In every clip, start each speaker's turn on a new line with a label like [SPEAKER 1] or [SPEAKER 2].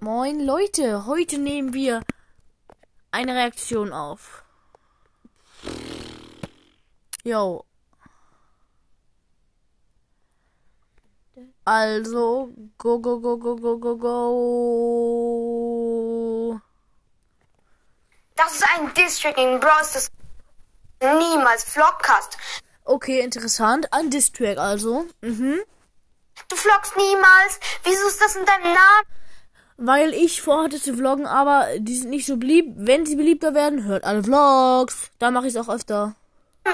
[SPEAKER 1] Moin Leute, heute nehmen wir eine Reaktion auf. Jo. Also, go, go, go, go, go, go, go.
[SPEAKER 2] Das ist ein District in Brawl Stars. Niemals Vlogcast.
[SPEAKER 1] Okay, interessant. Ein Distrack also. Mhm.
[SPEAKER 2] Du vlogst niemals. Wieso ist das in deinem Namen?
[SPEAKER 1] Weil ich vorhatte zu vloggen, aber die sind nicht so beliebt. Wenn sie beliebter werden, hört alle Vlogs. Da mache ich es auch öfter.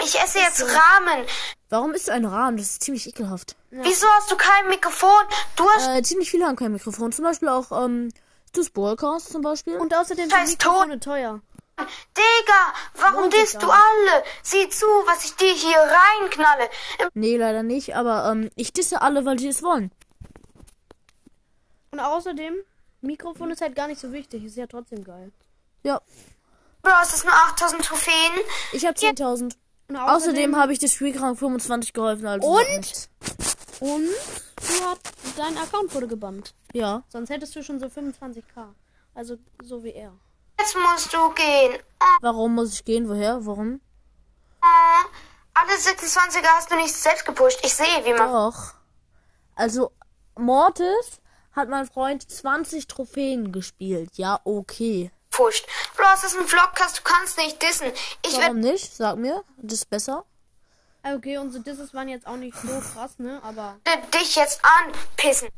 [SPEAKER 2] Ich esse jetzt Ramen.
[SPEAKER 1] Warum ist ein Rahmen? Das ist ziemlich ekelhaft.
[SPEAKER 2] Wieso hast du kein Mikrofon? Du hast
[SPEAKER 1] Äh, ziemlich viele haben kein Mikrofon. Zum Beispiel auch, ähm, das Broadcast zum Beispiel. Und außerdem
[SPEAKER 2] Scheiß Mikrofone
[SPEAKER 1] teuer. Äh,
[SPEAKER 2] Digga, warum disst du alle? Sieh zu, was ich dir hier reinknalle. Im
[SPEAKER 1] Nee, leider nicht, aber ähm, ich disse alle, weil sie es wollen.
[SPEAKER 3] Und außerdem, Mikrofon ist halt gar nicht so wichtig, ist ja trotzdem geil.
[SPEAKER 1] Ja,
[SPEAKER 2] Brawl Stars nur 8000 Trophäen.
[SPEAKER 1] ich habe 10.000.
[SPEAKER 3] Und
[SPEAKER 1] Außerdem habe ich der Spielkrank 25 geholfen. Also
[SPEAKER 3] Und? Und du hast, dein Account wurde gebannt.
[SPEAKER 1] Ja.
[SPEAKER 3] Sonst hättest du schon so 25k. Also so wie er.
[SPEAKER 2] Jetzt musst du gehen. Oh,
[SPEAKER 1] Warum muss ich gehen? Woher? Warum?
[SPEAKER 2] oh. Alle 26er hast du nicht selbst gepusht. Ich sehe, wie man
[SPEAKER 1] Doch. Also, Mortis hat mein Freund 20 Trophäen gespielt. Ja, okay.
[SPEAKER 2] pusht. Brawl Stars ist ein Vlogcast, du kannst nicht dissen. Ich werde
[SPEAKER 1] Warum nicht? Sag mir. Das ist besser.
[SPEAKER 3] Ah, Okay, unsere Disses waren jetzt auch nicht so krass, ne? Aber
[SPEAKER 2] dich jetzt anpissen.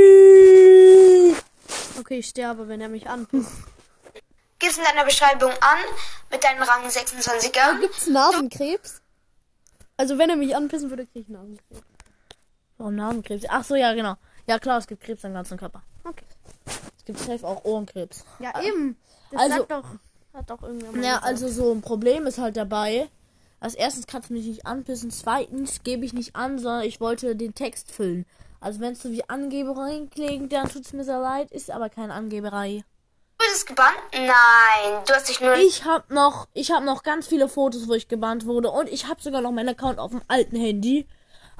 [SPEAKER 1] Ihhh.
[SPEAKER 3] okay, ich sterbe, wenn er mich an.
[SPEAKER 2] Gib's in deiner Beschreibung an mit deinem Rang 26er.
[SPEAKER 3] Gibt's Nasenkrebs? Also wenn er mich anpissen würde, krieg ich Nasenkrebs.
[SPEAKER 1] Warum Nasenkrebs? Ach so, ja, genau. Ja, klar, es gibt Krebs am ganzen Körper.
[SPEAKER 3] Okay.
[SPEAKER 1] Es gibt safe auch Ohrenkrebs.
[SPEAKER 3] Ja, eben. Das
[SPEAKER 1] Ah. also-
[SPEAKER 3] sagt doch, hat doch irgendwer mal
[SPEAKER 1] Ja,
[SPEAKER 3] gesagt.
[SPEAKER 1] also so ein Problem ist halt dabei. Als erstens kannst du mich nicht anpissen, zweitens gebe ich nicht an, sondern ich wollte den Text füllen. Also wenn es so wie Angeberei klingt, dann tut's mir sehr leid, ist aber keine Angeberei.
[SPEAKER 2] Du wurdest gebannt? Nein, du hast dich nur...
[SPEAKER 1] Ich hab noch, ich hab noch ganz viele Fotos, wo ich gebannt wurde und ich hab sogar noch meinen Account auf dem alten Handy.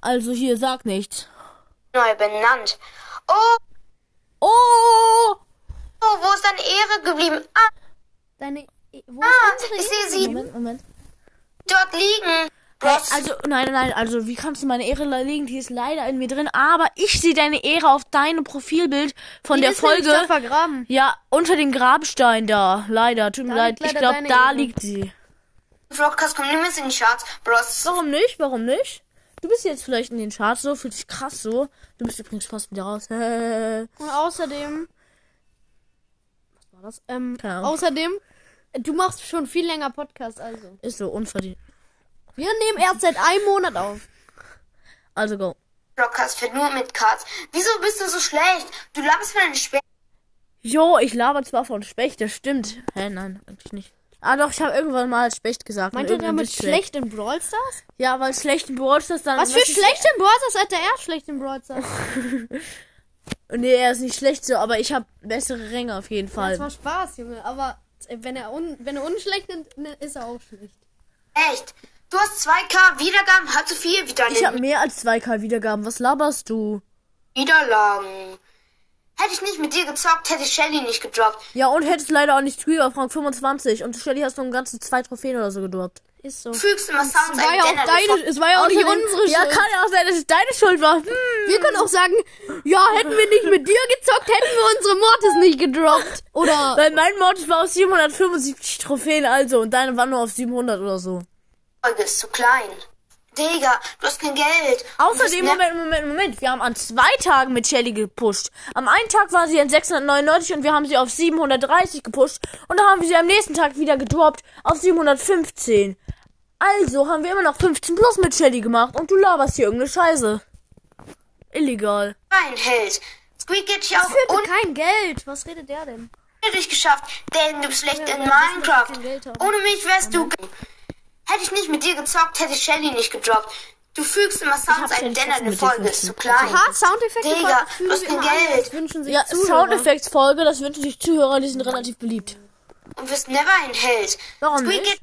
[SPEAKER 1] Also hier sag nichts.
[SPEAKER 2] neu benannt. Oh,
[SPEAKER 1] Oh!
[SPEAKER 2] oh, wo ist deine Ehre geblieben? Ah,
[SPEAKER 3] Deine. Wo
[SPEAKER 2] ah,
[SPEAKER 3] ist
[SPEAKER 2] ich
[SPEAKER 3] unsere
[SPEAKER 2] sehe sie
[SPEAKER 1] Moment, Moment.
[SPEAKER 2] dort liegen. Was?
[SPEAKER 1] Also, nein, nein, also, wie kannst du meine Ehre liegen? Die ist leider in mir drin, aber ich sehe deine Ehre auf deinem Profilbild von
[SPEAKER 3] Die
[SPEAKER 1] der
[SPEAKER 3] ist nämlich
[SPEAKER 1] Folge.
[SPEAKER 3] da vergraben.
[SPEAKER 1] Ja, unter dem Grabstein da. Leider, tut mir
[SPEAKER 3] Da
[SPEAKER 1] leid.
[SPEAKER 3] liegt
[SPEAKER 1] Ich
[SPEAKER 3] leider
[SPEAKER 1] glaube,
[SPEAKER 3] deine
[SPEAKER 1] da
[SPEAKER 3] Ehre.
[SPEAKER 1] liegt sie.
[SPEAKER 2] Vlogcast kommt niemals in die Charts. Bros,
[SPEAKER 1] Warum nicht? Warum nicht? Du bist jetzt vielleicht in den Charts so, fühlt sich krass so. Du bist übrigens fast wieder raus. Äh,
[SPEAKER 3] Und außerdem. Was war das? Ähm,
[SPEAKER 1] Keine Ahnung.
[SPEAKER 3] außerdem, du machst schon viel länger Podcast, also.
[SPEAKER 1] Ist so, unverdient.
[SPEAKER 3] Wir nehmen erst seit einem Monat auf.
[SPEAKER 1] Also go.
[SPEAKER 2] Vlogcast wird nur mit Cards. Wieso bist du so schlecht? Du laberst mir eine Sperre.
[SPEAKER 1] Jo, ich laber zwar von Specht, das stimmt. Hä, nein, eigentlich nicht. Ah doch, ich habe irgendwann mal Specht gesagt.
[SPEAKER 3] Meint
[SPEAKER 1] in
[SPEAKER 3] ihr
[SPEAKER 1] irgendeinem
[SPEAKER 3] damit
[SPEAKER 1] Distrack.
[SPEAKER 3] schlecht in Brawl Stars?
[SPEAKER 1] Ja, weil schlechten Brot ist das dann.
[SPEAKER 3] Was für
[SPEAKER 1] ist-
[SPEAKER 3] schlecht in Brawl Stars, Alter? Er ist schlecht in Brawl Stars.
[SPEAKER 1] Nee, er ist nicht schlecht so, aber ich habe bessere Ränge auf jeden Fall.
[SPEAKER 3] Das war Spaß, Junge. Aber wenn er, un wenn er unschlecht ist, ne, ist er auch schlecht.
[SPEAKER 2] Echt? Du hast 2K Wiedergaben, hat so viel wie deine
[SPEAKER 1] Ich habe mehr als 2k Wiedergaben. Was laberst du?
[SPEAKER 2] Niederlagen. Hätte ich nicht mit dir gezockt, hätte ich Shelly nicht gedroppt.
[SPEAKER 1] Ja, und hättest leider auch nicht Squeaker auf Rang 25. Und Shelly hast du einen ganzen zwei Trophäen oder so gedroppt.
[SPEAKER 3] Ist so.
[SPEAKER 2] Du
[SPEAKER 3] Es
[SPEAKER 2] fügst immer Sounds
[SPEAKER 3] war ja auch deine, es war ja auch nicht
[SPEAKER 1] Außerdem-
[SPEAKER 3] unsere Schuld.
[SPEAKER 1] Ja, kann ja auch sein, dass es deine Schuld war. Hm.
[SPEAKER 3] wir können auch sagen, ja, hätten wir nicht mit dir gezockt, hätten wir unsere Mortis nicht gedroppt. Oder
[SPEAKER 1] Weil mein Mod war auf 775 Trophäen, also. Und deine war nur auf 700 oder so.
[SPEAKER 2] Folge ist zu klein. Digga, du hast kein Geld.
[SPEAKER 1] Außerdem,
[SPEAKER 2] Du bist
[SPEAKER 1] Moment, Moment, Moment. Wir haben an zwei Tagen mit Shelly gepusht. Am einen Tag war sie an 699 und wir haben sie auf 730 gepusht. Und dann haben wir sie am nächsten Tag wieder gedroppt auf 715. Also haben wir immer noch 15 plus mit Shelly gemacht und du laberst hier irgendeine Scheiße. Illegal.
[SPEAKER 2] kein Held. Squeak geht dich auch
[SPEAKER 3] und
[SPEAKER 2] ohne
[SPEAKER 3] kein Geld. Was redet der denn?
[SPEAKER 2] dich geschafft, denn du bist schlecht in
[SPEAKER 3] wir wissen, dass
[SPEAKER 2] Minecraft.
[SPEAKER 3] ich kein Geld habe.
[SPEAKER 2] Ohne mich wärst du... Hätte ich nicht mit dir gezockt, hätte ich Shelly nicht gedroppt. Du fügst immer Sounds
[SPEAKER 1] Shelly
[SPEAKER 2] ein, denn
[SPEAKER 1] trotzdem
[SPEAKER 2] eine
[SPEAKER 1] mit dir
[SPEAKER 2] Folge ist zu
[SPEAKER 1] verfügt.
[SPEAKER 2] klein.
[SPEAKER 3] Hart Soundeffekte
[SPEAKER 2] Digga,
[SPEAKER 3] folgen fügen
[SPEAKER 2] was
[SPEAKER 3] wir
[SPEAKER 2] für
[SPEAKER 3] immer an,
[SPEAKER 2] Geld?
[SPEAKER 3] das wünschen sich
[SPEAKER 1] Ja,
[SPEAKER 3] Zuhörer.
[SPEAKER 1] Soundeffekts-Folge, das wünschen sich Zuhörer, die sind relativ beliebt.
[SPEAKER 2] und wirst never ein Held.
[SPEAKER 1] Warum
[SPEAKER 2] Squeak
[SPEAKER 1] nicht?
[SPEAKER 2] hat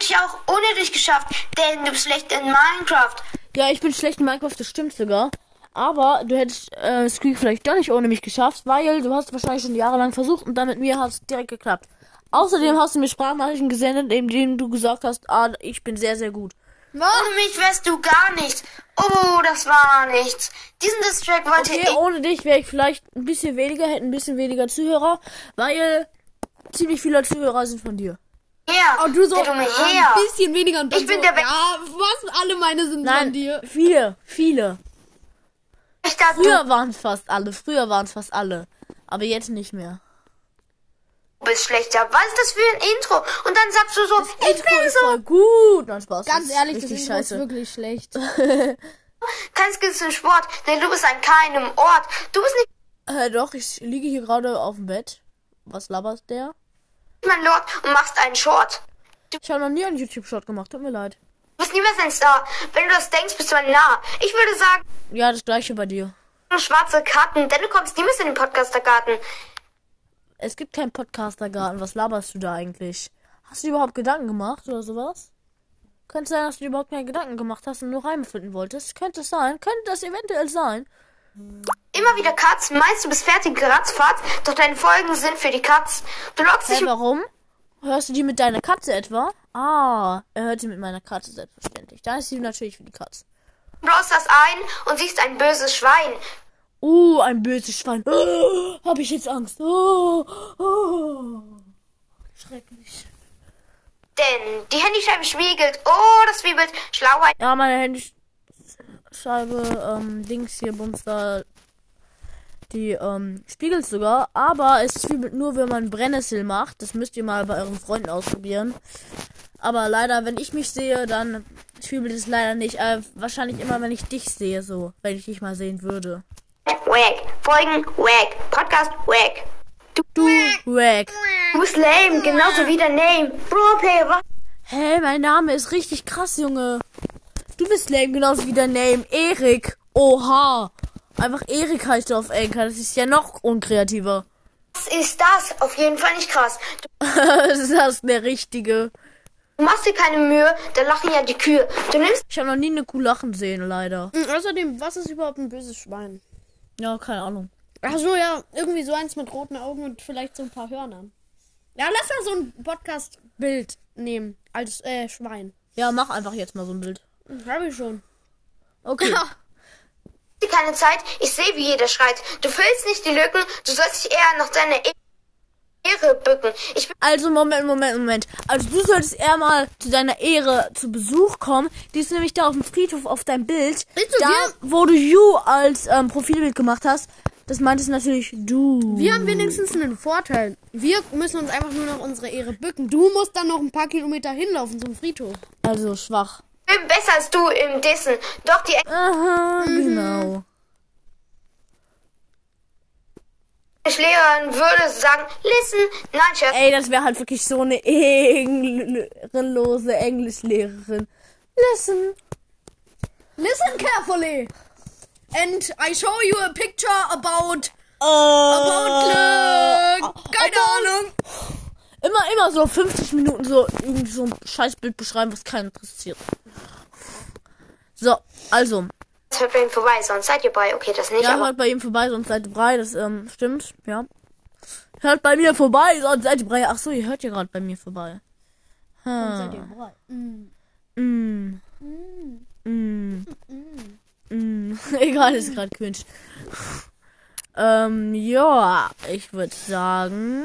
[SPEAKER 2] dich auch ohne dich geschafft, denn du bist schlecht in Minecraft.
[SPEAKER 1] Ja, ich bin schlecht in Minecraft, das stimmt sogar. Aber du hättest äh, Squeak vielleicht gar nicht ohne mich geschafft, weil du hast wahrscheinlich schon jahrelang versucht und dann mit mir hat es direkt geklappt. Außerdem hast du mir Sprachnachrichten gesendet, in denen du gesagt hast, ah, ich bin sehr, sehr gut.
[SPEAKER 2] Ohne mich wärst du gar nichts. Oh, das war nichts. Diesen Distrack wollte
[SPEAKER 1] Okay,
[SPEAKER 2] ich.
[SPEAKER 1] ohne dich wäre ich vielleicht ein bisschen weniger, hätte ein bisschen weniger Zuhörer, weil ziemlich viele Zuhörer sind von dir.
[SPEAKER 2] her.
[SPEAKER 3] Und du so
[SPEAKER 2] der dumme
[SPEAKER 3] ah,
[SPEAKER 2] her.
[SPEAKER 3] ein bisschen weniger und dann
[SPEAKER 2] Ich bin
[SPEAKER 3] so,
[SPEAKER 2] der Be-
[SPEAKER 3] Ja, was? Alle meine sind
[SPEAKER 1] Nein,
[SPEAKER 3] von dir.
[SPEAKER 1] viele, viele.
[SPEAKER 2] Ich dachte, du
[SPEAKER 1] Früher waren es fast alle, früher waren es fast alle. Aber jetzt nicht mehr.
[SPEAKER 2] bist schlechter. Was ist das für ein Intro? Und dann sagst du so, ich
[SPEAKER 1] Intro
[SPEAKER 2] bin
[SPEAKER 1] ist
[SPEAKER 2] so.
[SPEAKER 1] voll gut. Nein, Spaß.
[SPEAKER 3] Ganz
[SPEAKER 1] ist
[SPEAKER 3] ehrlich, das
[SPEAKER 1] richtig
[SPEAKER 3] Intro ist
[SPEAKER 1] scheiße.
[SPEAKER 3] wirklich schlecht.
[SPEAKER 2] Kein Skills im Sport, denn du bist an keinem Ort. Du bist nicht
[SPEAKER 1] Äh, doch, ich liege hier gerade auf dem Bett. Was labert der?
[SPEAKER 2] mein Lord und machst einen Short.
[SPEAKER 1] Ich habe noch nie einen YouTube-Shot gemacht, tut mir leid.
[SPEAKER 2] Du bist niemals ein Star. Wenn du das denkst, bist du ein Narr. Ich würde sagen,
[SPEAKER 1] Ja, das gleiche bei dir.
[SPEAKER 2] nur schwarze Karten, denn du kommst niemals in den Podcastergarten.
[SPEAKER 1] Es gibt keinen Podcastergarten. Was laberst du da eigentlich? Hast du dir überhaupt Gedanken gemacht oder sowas? Könnte sein, dass du dir überhaupt keine Gedanken gemacht hast und nur Reime finden wolltest. Könnte es sein. Könnte das eventuell sein.
[SPEAKER 2] Immer wieder Katz, meinst du bist fertig, ratzfatz, doch deine Folgen sind für die Katz. Du lockst dich
[SPEAKER 3] Genau.
[SPEAKER 1] Hä, warum? Hörst du die mit deiner Katze etwa? Ah, er hört die mit meiner Katze selbstverständlich. Dann ist sie natürlich für die Katze.
[SPEAKER 2] bloß das ein und siehst ein böses Schwein.
[SPEAKER 1] Oh, ein böses Schwein. Oh, hab ich jetzt Angst. Oh, oh. Schrecklich.
[SPEAKER 2] Denn die Handyscheibe schwiegelt, oh, das wiebelt, Schlauheit.
[SPEAKER 1] Ja, meine Handyscheibe, ähm, Dings hier, Bums da, die, ähm, spiegelt sogar, aber es zwiebelt nur, wenn man Brennnessel macht. Das müsst ihr mal bei euren Freunden ausprobieren. Aber leider, wenn ich mich sehe, dann zwiebelt es leider nicht. Äh, wahrscheinlich immer, wenn ich dich sehe, so, wenn ich dich mal sehen würde.
[SPEAKER 2] Wack, Folgen, wack, Podcast, wack.
[SPEAKER 1] Du, Wack.
[SPEAKER 2] Du bist lame, genauso wie dein Name. Roleplayer, was?
[SPEAKER 1] Hey, mein Name ist richtig krass, Junge. Du bist lame, genauso wie dein Name. Erik. Oha. Einfach Erik heißt du auf Enker. Das ist ja noch unkreativer.
[SPEAKER 2] Was ist das? Auf jeden Fall nicht krass.
[SPEAKER 1] das ist das der richtige.
[SPEAKER 2] Du machst dir keine Mühe, da lachen ja die Kühe. Du nimmst
[SPEAKER 1] Ich habe noch nie eine Kuh lachen sehen, leider.
[SPEAKER 3] Und Außerdem, was ist überhaupt ein böses Schwein?
[SPEAKER 1] Ja, keine Ahnung.
[SPEAKER 3] Ach so, ja, irgendwie so eins mit roten Augen und vielleicht so ein paar Hörnern. Ja, lass mal so ein Podcast-Bild nehmen. Als äh, Schwein.
[SPEAKER 1] Ja, mach einfach jetzt mal so ein Bild.
[SPEAKER 3] Hab ich schon.
[SPEAKER 1] Okay.
[SPEAKER 2] dir keine Zeit, ich sehe, wie jeder schreit. Du füllst nicht die Lücken, du sollst dich eher nach deiner E- Ehre bücken. Ich bin
[SPEAKER 1] Also, Moment, Moment, Moment. Also, du solltest eher mal zu deiner Ehre zu Besuch kommen. Die ist nämlich da auf dem Friedhof auf deinem Bild.
[SPEAKER 3] Willst du
[SPEAKER 1] da, wo du You als ähm, Profilbild gemacht hast. Das meintest natürlich du.
[SPEAKER 3] Wir haben wenigstens einen Vorteil. Wir müssen uns einfach nur noch unsere Ehre bücken. Du musst dann noch ein paar Kilometer hinlaufen zum Friedhof.
[SPEAKER 1] Also, schwach.
[SPEAKER 2] bin besser als du im Dissen. Doch die
[SPEAKER 1] Aha, genau.
[SPEAKER 2] Englischlehrerin würde sagen, listen, nein, Chef.
[SPEAKER 1] Ey, das wäre halt wirklich so eine ehrenlose Englischlehrerin. Listen.
[SPEAKER 3] Listen carefully. And I show you a picture about
[SPEAKER 1] Äh,
[SPEAKER 3] Oh, Keine Ahnung.
[SPEAKER 1] immer, immer so 50 Minuten so irgendwie so ein Scheißbild beschreiben, was keinen interessiert. So, also,
[SPEAKER 2] Das hört bei ihm vorbei, sonst seid ihr bei. Okay, das nicht,
[SPEAKER 1] ja,
[SPEAKER 2] aber
[SPEAKER 1] hört bei ihm vorbei, sonst seid ihr brei, das ähm, stimmt, ja. Hört bei mir vorbei, sonst seid ihr brei. Ach so, ihr hört ja gerade bei mir vorbei. Hm. Mm. Mm. Mm. Egal, ist gerade cringe. Ähm, ja, ich würde sagen.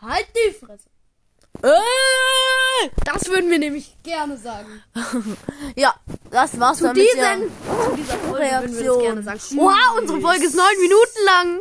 [SPEAKER 3] Halt die Fresse.
[SPEAKER 1] Äh,
[SPEAKER 3] Das würden wir nämlich gerne sagen.
[SPEAKER 1] ja, das war's
[SPEAKER 3] Zu
[SPEAKER 1] damit,
[SPEAKER 3] diesen-
[SPEAKER 1] ja.
[SPEAKER 3] Zu dieser Folge würden wir das
[SPEAKER 1] Reaktion.
[SPEAKER 3] gerne sagen. Wow, unsere Folge ist neun Minuten lang.